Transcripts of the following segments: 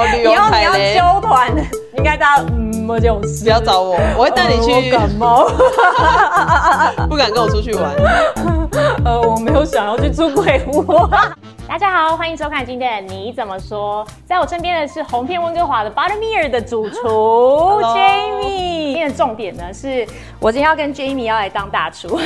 我以旅游后你台要嘞，揪团，应该大家嗯，我有事，不要找我，我会带你呃我去，感冒，不敢跟我出去玩。呃，我没有想要去住鬼屋。 大家好，欢迎收看今天的你怎么说？在我身边的是红遍温哥华的 Buttermere 的主厨 Jamie。今天的重点呢是，我今天要跟 Jamie 要来当大厨。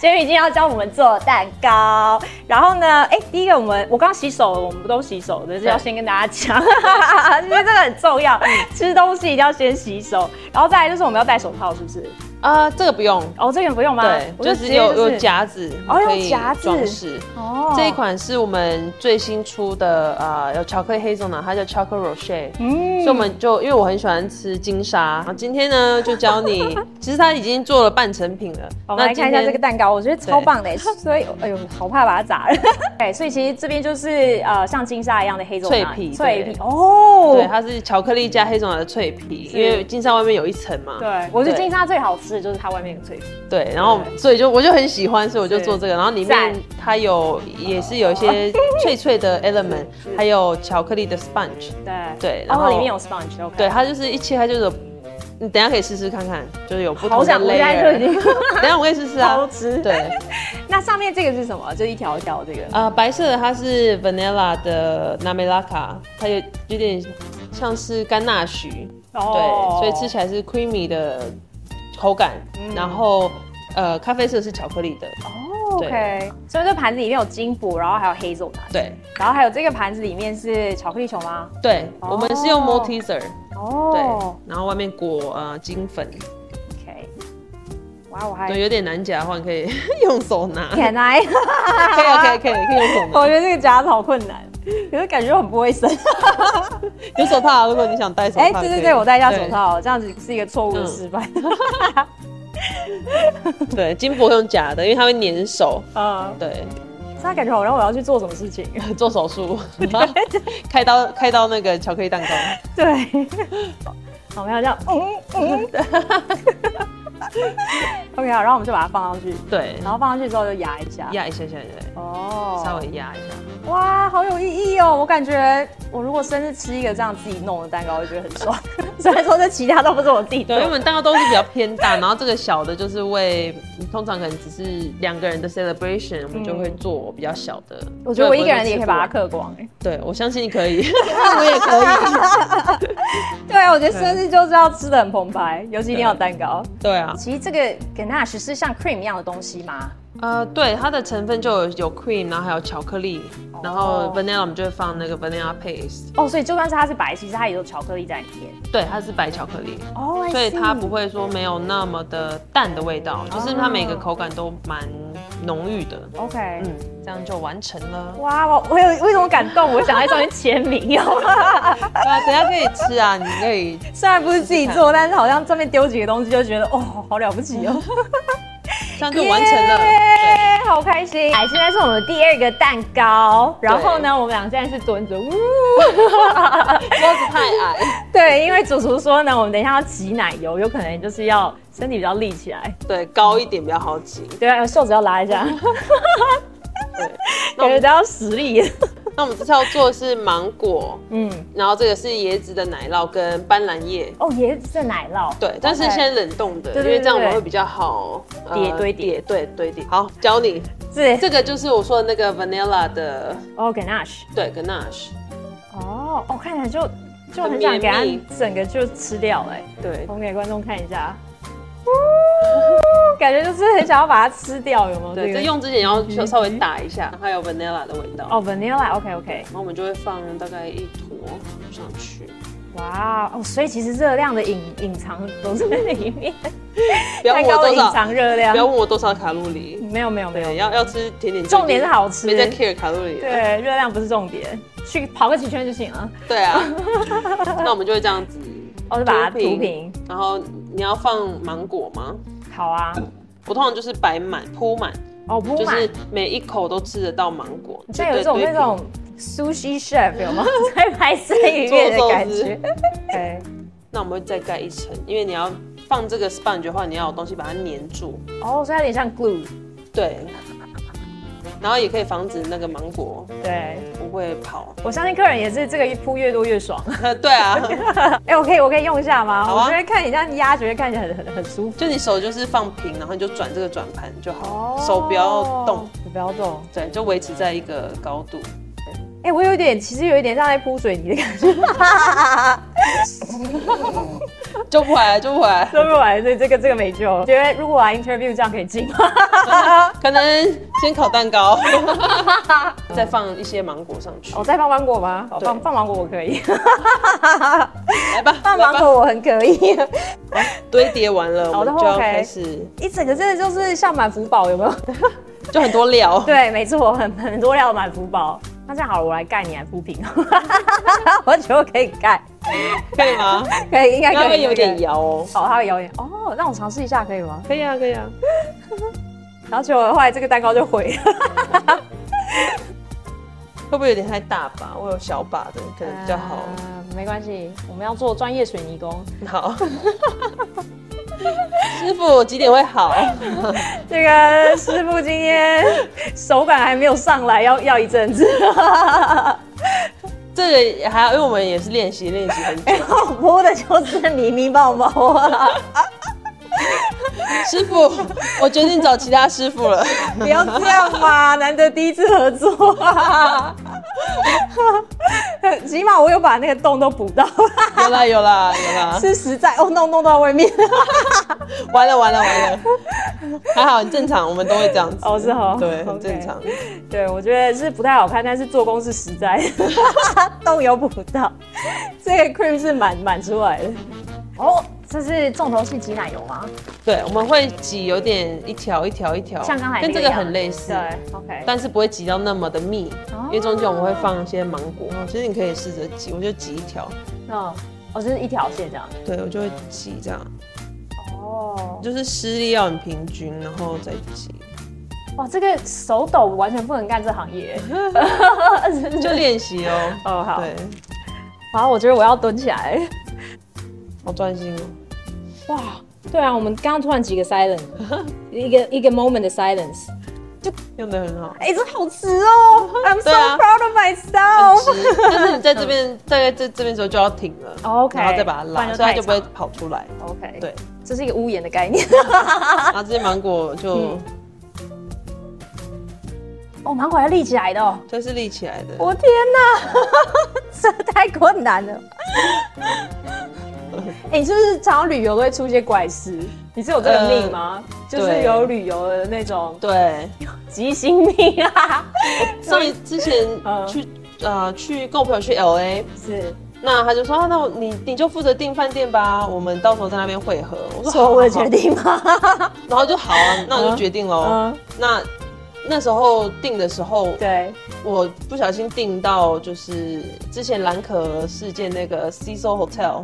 Jamie 今天要教我们做蛋糕。然后呢，哎，第一个我们我刚洗手了，我们不都洗手的，就是要先跟大家讲， 因为这个很重嗯要，吃东西一定要先洗手。然后再来就是我们要戴手套，是不是？啊，这个不用，哦，这个不用吗？啊对，我就是直接有就有是夹子，哦有可以夹子装饰。哦这一款是我们最新出的，呃，有巧克力黑松奶，它叫 Chocolate Roche。嗯所以我们就因为我很喜欢吃金沙，然后今天呢就教 你，其实它已经做了半成品了。我们来今看一下天这个蛋糕，我觉得超棒 的，所以哎呦，好怕把它砸了。对，所以其实这边就是呃像金沙一样的黑豆脆奶皮脆对皮哦。对，它是巧克力加黑松奶的脆皮，因为金沙外面有一层嘛。对，我觉得对金沙最好吃的就是它外面有脆皮。对，然后所以就我就很喜欢，所以我就做这个。然后里面赞它有也是有一 些脆脆的 element，还有巧克力的 sponge。对对然然后后里面有 sponge。OK。对，它就是一切，它就是有你等一下可以试试看看，就是有不同好的想我现在 layer 就已。 经等一下我可以试试 超啊。值。对，那上面这个是什么？就一条一条这个。呃，白色的它是 vanilla 的 namelaka，它有有点像是甘纳许，对，哦嗯所以吃起来是 creamy 的口感，然后呃咖啡色是巧克力的，哦对 OK，所以这盘子里面有金箔，然后还有黑豆奶。对然后还有这个盘子里面是巧克力球吗？对，我们是用哦 Malteser。对哦，然后外面裹呃金粉， OK。哇，我哎还对，有点难夹的话，你可以 用手 拿，可以 Can I？啊可以可以可以用手拿，我觉得这个夹子好困难，可是感觉很不卫生。有手套啊，如果你想戴手套，哎，对对对，我戴一下手对，套，这样子是一个错误的示范。对，金箔用夹的，因为它会粘手， 嗯，对， 这样感觉好让我要去做什么事情。 做手术，开刀开刀那个巧克力蛋糕，对，好，我们要这样，嗯嗯。OK，好，然后我们就把它放上去，对，然后放上去之后就压一下。压一下下，对，哦，稍微压一下，哇，好有意义哦！我感觉我如果生日吃一个这样自己弄的蛋糕，我会觉得很爽。 虽然说这其他都不是我自己做对，因为我，们蛋糕都是比较偏大，然后这个小的就是为嗯通常可能只是两个人的 celebration，我们就会做比较小的，嗯我觉得我一个人所以也不可会以把它嗑光、哎吃不完，对我相信你可 以，我也可以，对啊，我觉得生日就是要吃的很澎湃，尤其一定要有蛋糕。对啊，其实这个跟纳什是像 cream 一样的东西吗？呃，对，它的成分就有有 cream，然后还有巧克力，然后 vanilla 我们就会放那个 vanilla paste，哦，所以就算是它是白，其实它也有巧克力在里面。对，它是白巧克力，哦、所以它不会说没有那么的淡的味道，就是它每个口感都蛮浓郁的。 OK。嗯，这样就完成 了。哇，我我有为什么感动？我想想在上面签名 哦，对啊，等一下可以吃啊，你可以。虽然不是自己做，但是好像上面丢几个东西就觉得哦，好了不起 哦，这样就完成了。对耶好开心。哎，现在是我们第二个蛋糕，然后呢，我们俩现在是蹲 着，呜，桌子太矮， 对，因为主厨说呢，我们等一下要挤奶油，有可能就是要身体比较立起来，对，高一点比较好挤。对，袖子要拉一 下，对，那感我觉们都要实 力。那我们这次要做的是芒果，嗯，然后这个是椰子的奶酪跟斑斓叶。哦，椰子奶酪，对，但是现在冷冻的，对对因为这样我们对会比较好呃叠堆叠对堆叠。好，教你，是这个就是我说的那个 vanilla 的，哦 ganache，对，ganache，哦，哦，看起来就就很想给它很绵密整个就吃掉哎、对我，们给观众看一下，感觉就是很想要把它吃掉，有没有？对，这个用之前要稍稍微打一下，还有 vanilla 的味道。哦 vanilla，OK OK，然后我们就会放大概一坨上去，哇，哦，所以其实热量的隐隐藏都在里面，不要问蛋我糕的多隐少，藏热量不要问我多少卡路里，没有没有没有，对，要要吃甜点，重点是好吃没在 care 卡路里的，对，热量不是重点，去跑个几圈就行了。对 啊，那我们就会这样子，哦，就把它涂平，然后你要放芒果吗？好啊。我通常就是摆满铺满。哦，铺就满，是每一口都吃得到芒果，你像有一种对那种 sushi chef 有吗？在拍生鱼片的感觉。 对，那我们会再盖一层，因为你要放这个 sponge 的话，你要有东西把它粘住，哦，所以它有点像 glue。对，然后也可以防止那个芒果对，不会跑。 我相信客人也是这个一铺越多越爽。 对啊，哎、我可以我可以用一下吗？好啊我觉得看你这样压，觉得看起来很很很舒服。就你手就是放平，然后你就转这个转盘就好，哦手不要动，，不要动。对，就维持在一个高度。哎、我有一点，其实有一点像在铺水 泥的感觉，就不回来，就不回来。收不来，所以这个这个没救了。觉得如果我来 interview 这样可以进吗？可能先烤蛋 糕，再放一些芒果上去。我、再放芒果吗？哦对放放芒果我可以，来吧，放来芒吧果我很可以，堆叠完了，我好的们就要 OK 开始， 一整个真的就是像满福宝，有没有？就很多料。对，没错，很很多料满福宝。那这样好了，我来盖，你来铺平，我觉得我可以盖， 可以 吗？可以，应该应该可以，会有点摇哦。好，它会有点哦，让我尝试一下可以吗？可以啊，可以啊。然后结果后来这个蛋糕就毁了，会不会有点太大把？我有小把的，可能比较嗯好。呃没关系，我们要做专业水泥工。好。 师傅，我几点会好？这个师傅今天手感还没有上来，要要一阵 子。这个也还好，因为我们也是练习练习很久。 哎我摸的就是迷迷抱抱啊！师傅，我决定找其他师傅了。 不要这样嘛，难得第一次合作、啊， 起码我有把那个洞都补到， 有啦，有啦，有啦。是实在哦，弄弄到外面。完了，完了，完了。还好，很正常，我们都会这样子。哦是哦对，很 OK 正常。 对我觉得是不太好看，但是做工是实 在，洞有补到，这个 cream 是满满出来的。哦，这是重头戏挤奶油吗？对，我们会挤有点一条一条一条，像刚才那跟个这一个样很类似。对，OK。但是不会挤到那么的密，哦因为中间我们会放一些芒果。其实你可以试着挤，我就挤一条，嗯，哦，就是一条线这样。对我就会挤这样，哦，就是施力要很平均，然后再 挤，哇，这个手抖完全不能干这行 业。就练习哦。哦，好。对，然后我觉得我要蹲起来。好专心哦。哇，对啊，我们刚刚突然几个 silence，一个一个 moment 的 silence。用的很好，哎、这好值 哦！I'm so 对啊 proud of myself。是但是你在这 边，大概在这边的时候就要停了哦 OK，然后再把它不拉，然就所以它就不太会长跑出来。 OK，对，这是一个屋檐的概念。然后这些芒果嗯就 哦，芒果要立起来的、哦。这是立起来的，我天 哪，这太困难 了。哎、你是不是常常旅游都会出一些怪事？你是有这个命吗？就是呃对有旅游的那种对。急心命啊。 所以之前嗯去呃去跟我朋友去 L A，是，那他就说，啊、那我你你就负责订饭店吧，我们到时候在那边会合。我说做好，我的好决，定吗？好然后就好啊，那我就决定喽。嗯，那那时候订的时候，对，我不小心订到就是之前蓝可事件那个 Cecil Hotel，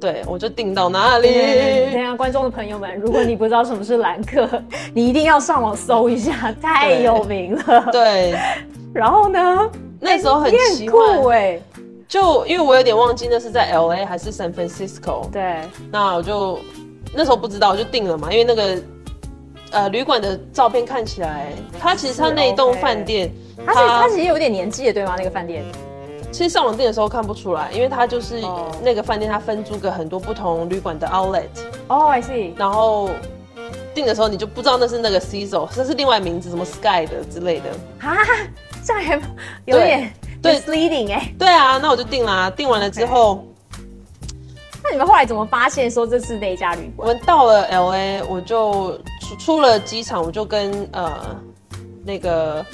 对我就订到那等一里。下，观众的朋友们，如果你不知道什么是兰克，你一定要上网搜一下，太有名了。对，然后呢，那时候很你奇很酷怪，哎，就因为我有点忘记那是在 L A 还是 San Francisco，对，那我就那时候不知道，我就定了嘛，因为那个呃旅馆的照片看起来，它其实它是那一栋哦 OK 饭店，他是他其实有点年纪的，对吗？那个饭店其实上网订的时候看不出来，因为它就是哦那个饭店，它分租给很多不同旅馆的 outlet，哦、i see，然后订的时候你就不知道那是那个 Cecil，这是另外名字，什么 Sky 的之类的。啊，这样还有点对 misleading 哎、对啊，那我就订啦。订完了之后，那你们后来怎么发现说这是那一家旅我馆？们到了 L A，我就出出了机场，我就跟呃那个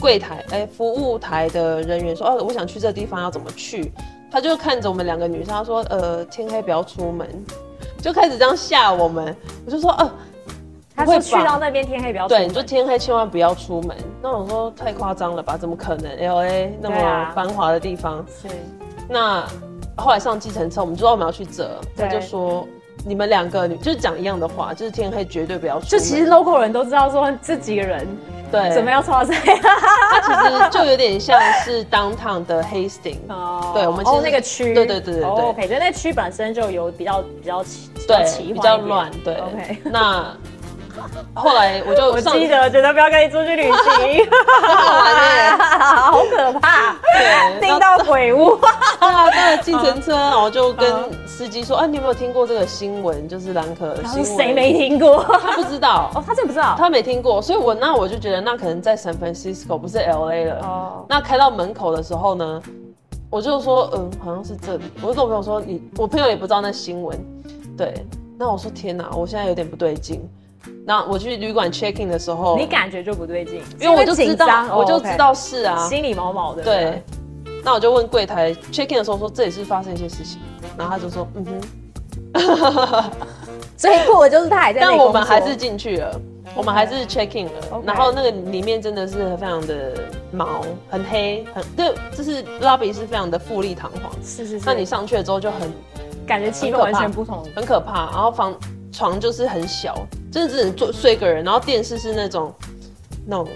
柜台哎、服务台的人员说，哦，我想去这地方要怎么去？他就看着我们两个女生，他说，呃，天黑不要出门，就开始这样吓我们。我就说，呃，他会说吧去到那边天黑不要出对，门你就天黑千万不要出门。那我说太夸张了吧？怎么可能？L A 那对么啊繁华的地方，是那后来上计程车，我们知道我们要去这，他对就说你们两个女就是讲一样的话，就是天黑绝对不要出门。就其实 local 人都知道说这几个人对，怎么样超赛它其实就有点像是 downtown 的 Hastings， 哦，对我们其实哦那个区，对对对对对哦 OK，就那区本身就有比较比较奇比较奇对，幻一点比较乱，对。 OK， 那后来我就 我上记得，绝对不要跟你出 去旅行，好玩的，好可怕， 对 听到嗯鬼屋。啊，搭了计程 车，然后就跟司机说，啊，你有没有听过这个新闻？就是兰可的然新闻，后 谁没？听过？他不知道，哦，他真的不知道。他没听过，所以我那我就觉得那可能在 San Francisco 不是 L A 了。哦，那开到门口的时候呢，我就说，嗯，好像是这里。我就跟我朋友说，你我朋友也不知道那新闻，对。那我说天哪，我现在有点不对劲。那我去旅馆 check in 的时候，你感觉就不对劲，因为我就知紧张道，我就哦，OK 知道是啊，心里毛毛的。对。那我就问柜台 check in 的时候说这里是发生一些事情，然后他就说嗯哼，最酷的就是他还在那但里我们工作还是进去了，我们还是 check in 了。 OK 然后那个里面真的是非常的毛，很黑，很这这是 lobby 是非常的富丽堂皇。是是是。那你上去了之后就很感觉很气氛可怕完全不同。很可怕，然后房床就是很小，真的只能坐睡一个人。然后电视是那种那种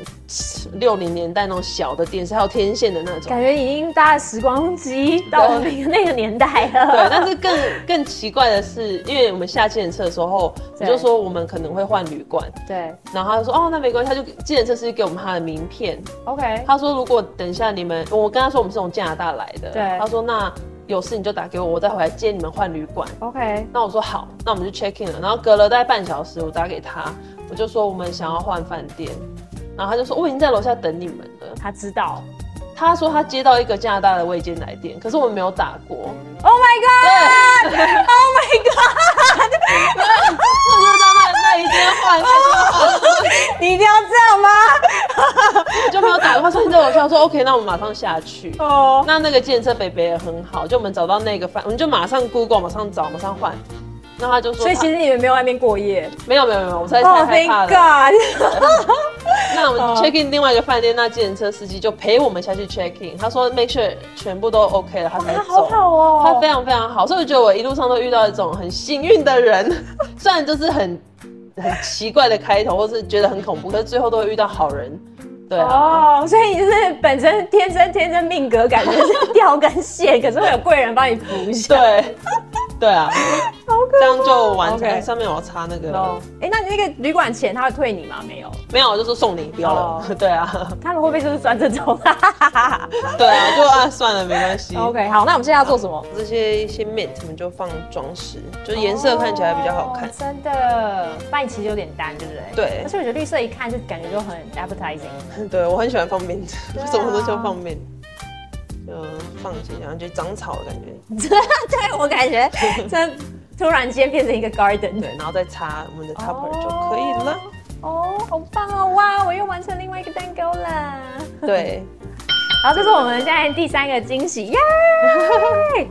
六零年代那种小的电视，还有天线的那种。感觉已经搭了时光机到我们那个年代了。对，但是更更奇怪的是，因为我们下计程车的时候，我对就说我们可能会换旅馆，对然后他就说哦，那没关系，他就计程车司机给我们他的名片， ，OK，他说如果等一下你们，我跟他说我们是从加拿大来的，对他说那有事你就打给我，我再回来接你们换旅馆。 OK，那我说好，那我们就 check in 了。然后隔了大概半小时，我打给他，我就说我们想要换饭店，然后他就说我已经在楼下等你们了。他知道。他说他接到一个加拿大的未接来电，可是我们没有打过。 Oh my god！Oh 对 my 我 god！就知道那那一间换， 你一定要这样吗？就没有打。他说你在楼下，我说 OK，那我们马上下去。哦，那那个建设北北也很好，就我们找到那个饭，我们就马上 Google，马上找，马上换。那他就说所他，以其实你们没有外面过夜。没有没有没有，我实在是哦太 Oh 害 thank 怕了。 god！那我们哦 check in 另外一个饭店，那计程车司机就陪我们下去 check in。他说 make sure 全部都 OK 了，他才他走。啊好好他非哦。常非常好，所以我觉得我一路上都遇到一种很幸运的人， 虽然就是很很奇怪的开头，或是觉得很恐怖，可是最后都会遇到好人。对啊，哦，所以你是本身天生天生命格，感觉是掉根线，可是会有贵人帮你扶一下。对，对啊，这样就完成。哎 OK 上面我要插那个哦，哎，那你那个旅馆钱他会退你吗？没有，没有，我就说送你不要了。哦 对啊，他们会不会就是赚这种 对啊，就 啊算了，没关系。哦？OK，好，那我们现在要做什么？这些一些 mint 我们就放装饰，就是颜色看起来比较好看哦。真的，饭其实有点淡，对不对？对而且我觉得绿色一看就感觉就很 appetizing。对，我很喜欢放 mint，、对啊什么都喜欢放 mint，就放一些，然后就长草的感觉。 对，我感 觉这突然间变成一个 garden。对，然后再插我们的 topper 就可以 了。哦，好棒哦！哇，我又完成另外一个蛋糕啦。对，然后这是我们现在第三个惊喜， 耶！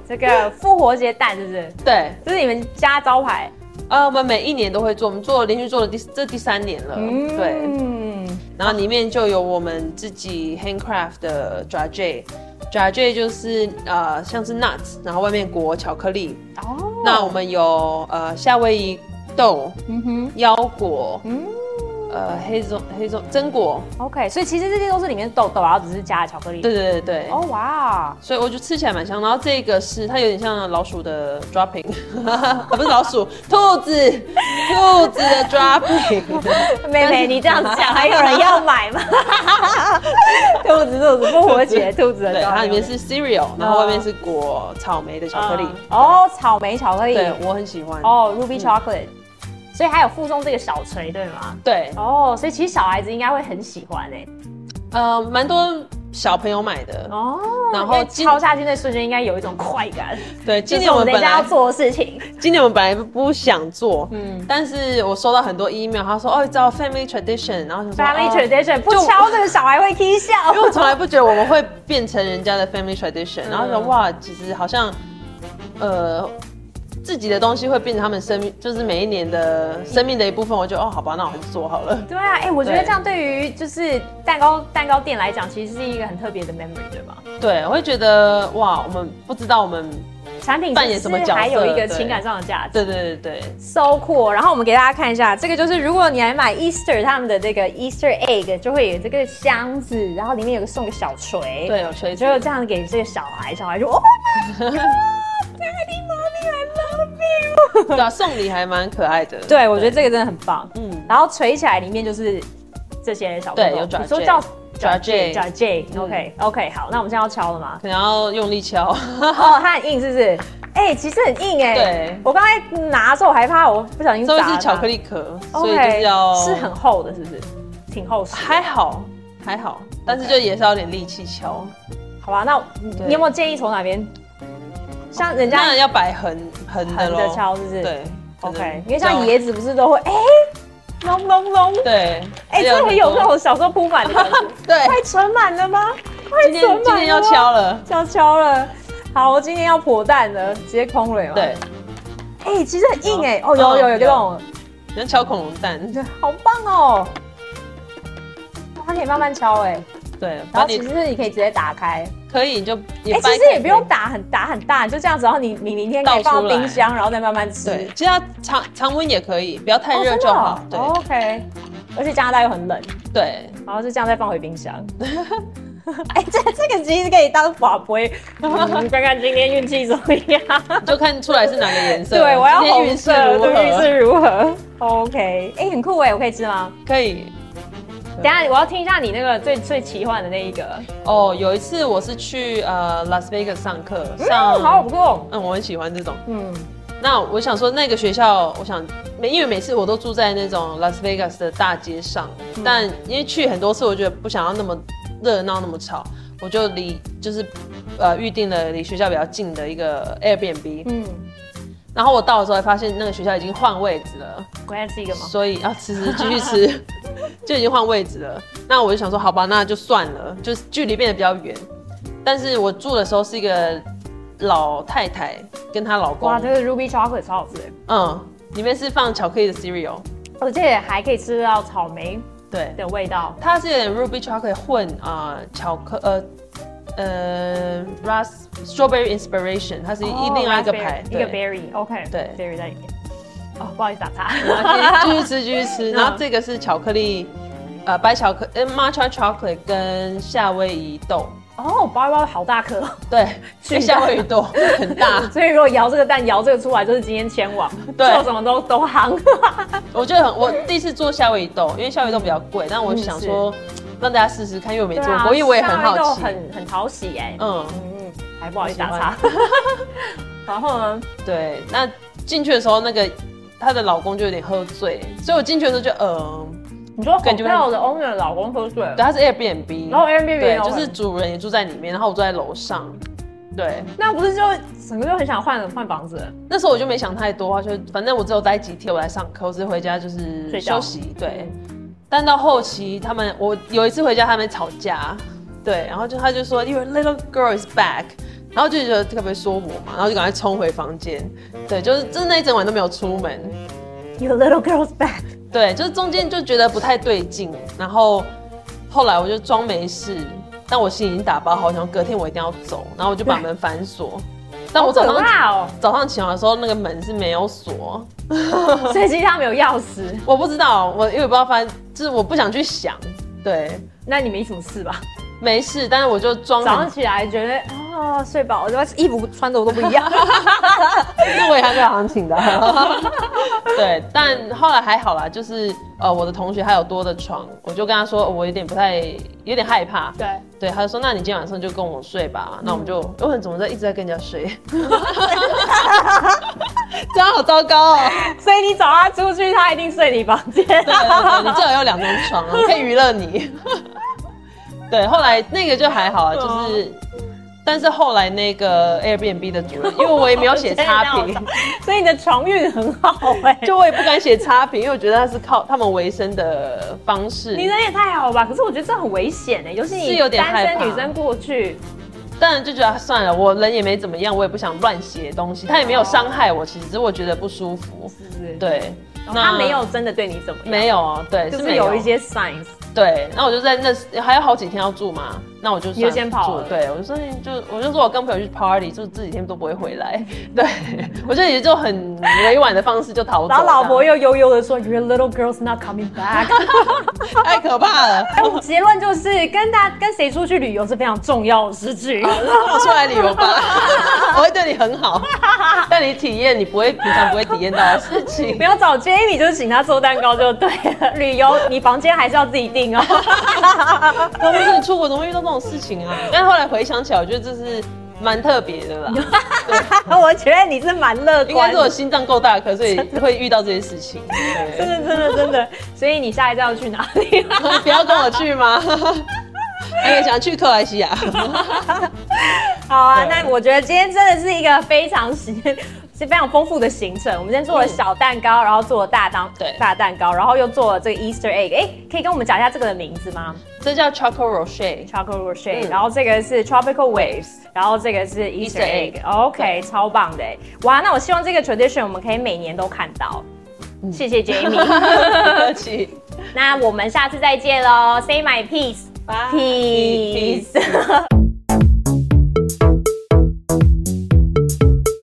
这个复活节蛋，是不是？对，这是你们家招牌。呃，我们每一年都会做，我们做连续做了第这第三年了，对。嗯，然后里面就有我们自己 handcraft 的 d r a j d r a j 就是呃像是 nuts，然后外面裹巧克力。哦，那我们有呃夏威夷豆、嗯哼，腰果，嗯呃黑松黑松榛果， ，OK，所以其实这些都是里面豆豆，然后只是加了巧克力。对对对对。哦，哇，所以我觉得吃起来蛮香。然后这个是它有点像老鼠的 dropping，啊 不是老鼠，兔子，兔子的 dropping。妹妹，你这样 讲，还有人要买吗？ 兔子，兔子，复活 节，兔子的对，照片它里面是 cereal，然后外面是裹草莓的巧克力。嗯哦，草莓巧克力，对，我很喜欢。哦，哦，ruby chocolate，所以还有附送这个小锤，对吗？对，哦，所以其实小孩子应该会很喜欢哎。呃，蛮多小朋友买的。哦，然后因为今敲下去那瞬间应该有一种快感，对，今这年是我我们们本等一下来要做的 事情。今年我们本来不想做，嗯嗯，但是我收到很多 email，他说哦，你知道 family tradition，然后想说 Family 哦 tradition 不就敲这个小孩会踢笑。因为我从来不觉得我们会变成人家的 family tradition，然后嗯说哇，其实好像，呃，自己的东西会变成他们生命，就是每一年的生命的一部分。我觉得哦，好吧，那我还是做好了。 对啊，哎、我觉得对这样对于就是蛋糕蛋糕店来讲，其实是一个很特别的 memory，对吧？对，我会觉得哇，我们不知道我们，产品扮演什么角色还有一对个情感上的价值。对对对对 so cool。然后我们给大家看一下，这个就是如果你来买 Easter 他们的这个 Easter egg，就会有这个箱子，然后里面有个送个小锤，对，，有锤就，Oh 子，这样给这个小孩，小孩就哦， Daddy, mommy, I love you。 对啊，送礼还蛮可爱的。 对，我觉得这个真的很棒。嗯，然后垂起来里面就是这些小对蝌蚪有爪你说戒叫爪嗯戒爪戒。OK OK，好，那我们现在要敲了吗？可能要用力敲。 哦，它很硬是不是？哎，其实很硬哎。对我刚才拿的时候我还怕我不小心这砸位了它。是巧克力壳，所以 OK，就是要是很厚的，是不是？挺厚实的。还好还好，但是就也是要有点力气敲。好吧，那你对你有没有建议从哪边？像人当家然要摆横横的横咯着敲，是不是？对可能，OK，因比为较像椰子不是都会哎，隆隆隆，对，还哎，这很有很那 多种小时候铺满的感觉。对。快存满了吗？快今天存今满天要敲了，悄悄了。好，我今天要破蛋了，直接空了嘛。对，，哎、其实很硬哎、哦，嗯有有有有这种，要敲恐龙蛋，对，好棒哦。它可以慢慢敲哎、对，然把后其你实你可以直接打开，可以你就哎、也其掰实也开不用打很打很大，你就这样子，然后你你明天可以倒放出到来冰箱，然后再慢慢吃。对，，其实它常常温也可以，不要太哦，热真就的好哦。对哦 OK，而且加拿大又很冷，对，然后就这样再放回冰箱。 哎、这这个其实可以当法杯，嗯看看今天运气怎么样。你就看出来是哪个颜色。 对，我要今天红运势色，如对运何？势如何？OK，哎、很酷哎，我可以吃吗？可以。嗯等一下我要听一下你那个最最奇幻的那一个，哦，有一次我是去呃拉斯维加斯上课，嗯，好上不酷，嗯，我很喜欢这种。嗯，那我想说，那个学校，我想每因为每次我都住在那种 Las Vegas 的大街上，嗯但因为去很多次，我觉得不想要那么热闹、那么吵，我就离就是呃预定了离学校比较近的一个 Airbnb。嗯，然后我到的时候，还发现那个学校已经换位置了，关键是一个吗？所以要吃吃继续 吃，就已经换位置了。那我就想说，好吧，那就算了，就是距离变得比较远。但是我住的时候是一个老太太跟她老公，哇，这个 Ruby Chocolate 超好吃哎，嗯，里面是放巧克力的 cereal，而且还可以吃到草莓对，的味道，它是有点 ruby chocolate 混啊、呃巧克呃呃 ras strawberry inspiration，它是一、哦另外一个 raspberry，牌，一个对 berry，OK，对，berry 在里面。哦，不好意思打岔。然后 可以继续吃继续吃，嗯然后这个是巧克力。呃，白巧克，呃，matcha chocolate 跟夏威夷豆，哦，包一包好大颗哦， 对，巨诶大夏威夷豆很 大，所以如果摇这个蛋，摇这个出来就是今天前往，对做什么都都 行。我觉得很，我第一次做夏威夷豆，因为夏威夷豆比较贵，但我嗯想是说让大家试试看，因为我没对做啊过，因为我也很夏威夷好豆奇，很很讨喜哎。嗯，嗯，还不好意思我喜打欢岔。 然后呢？对，那进去的时候，那个她的老公就有点喝醉，所以我进去的时候就嗯、呃你说感觉 hotel 的 owner 老公喝醉了，对，他是 Airbnb，然后 Airbnb 对也，有就是主人也住在里面，然后我住在楼上，对，那不是就整个就很想换换房子了？那时候我就没想太多，就反正我只有待几天，我来上课，我只是回家就是睡觉休息，对。但到后期，他们我有一次回家，他们吵架，对，然后就他就说 Your little girl is back，然后就觉得特别说我嘛，然后就赶快冲回房间，对，就是真的那一整晚都没有出门， Your little girl's back。对，就是中间就觉得不太对劲，然后后来我就装没事，但我心里已经打包好，想隔天我一定要走，然后我就把门反 锁。但我好早可上怕哦！早上起床的时候，那个门是没有锁， 所以其实他没有钥匙。我不知道，我因为我不知道，反正就是我不想去想，对，那你没什么事吧？没事，但是我就装早上很，起来觉得哦，睡饱，我这衣服穿着我都不一样。因为他这个行情的， 对，但后来还好啦，就是呃，我的同学还有多的床，我就跟他说，哦我有点不太，有点害怕，对， 对，他就说：“那你今天晚上就跟我睡吧。那我们就，嗯我很怎么在一直在跟人家睡，这样好糟糕哦。所以你找他出去，他一定睡你房间。对对对，你最好有两张床啊，我可以娱乐你。对，后来那个就还好啊，就是，嗯但是后来那个 Airbnb 的主人，因为我也 没有写差 我知评，道，所以你的床运很好哎、 就我也不敢写差评，因为我觉得他是靠他们维生的方式。你人也太好了吧？可是我觉得这很危险哎、尤其是你有点害单怕身女生过去，当然就觉得啊算了，我人也没怎么样，我也不想乱写东西，他也没有伤害我，其实只是我觉得不舒服。是不是？对，然哦后他没有真的对你怎么样，没，有啊，对，就是没有一些 signs。对，那我就在那还有好几天要住嘛，那我就算你就先跑了住对，我就说哎就我就说我跟朋友去 party，就是这几天都不会回来，对我就也就很委婉的方式就逃走，然后老婆又又悠悠的说，Your little girl's not coming back。哎太可怕 了，结论哦就是，跟大跟谁出去旅游是非常重要的事情。我出来旅游吧， 我会对你很好，但你体验你不会平常不会体验到的事情 不。要找 Jamie，就是请他做蛋糕就对了。旅游你房间还是要自己订哦。我不是出国怎么会遇到这种事情啊？但后来回想起来，我觉得这是蛮特别的啦。 我觉得你是蛮乐应该观是我的，心脏够大颗，所以会遇到这些事情。对 真的真的真的。所以你下一站要去哪里？不要跟我去吗？ 还有想去克莱西亚，好啊，对那我觉得今天真的是一个非常时间 是非常丰富的行程。我们今天做了小蛋糕，然后做了大当对大蛋糕，然后又做了这个 Easter egg。哎，可以跟我们讲一下这个的名字吗这叫 Choco Roche。 ？Chocolate Roche，、嗯然后这个是 Tropical Waves，然后这个是 Easter Easter egg。 egg OK，超棒的哎！哇，那我希望这个 tradition 我们可以每年都看到。嗯谢 谢 Jamie，客气，那我们下次再见喽。Say my peace，peace。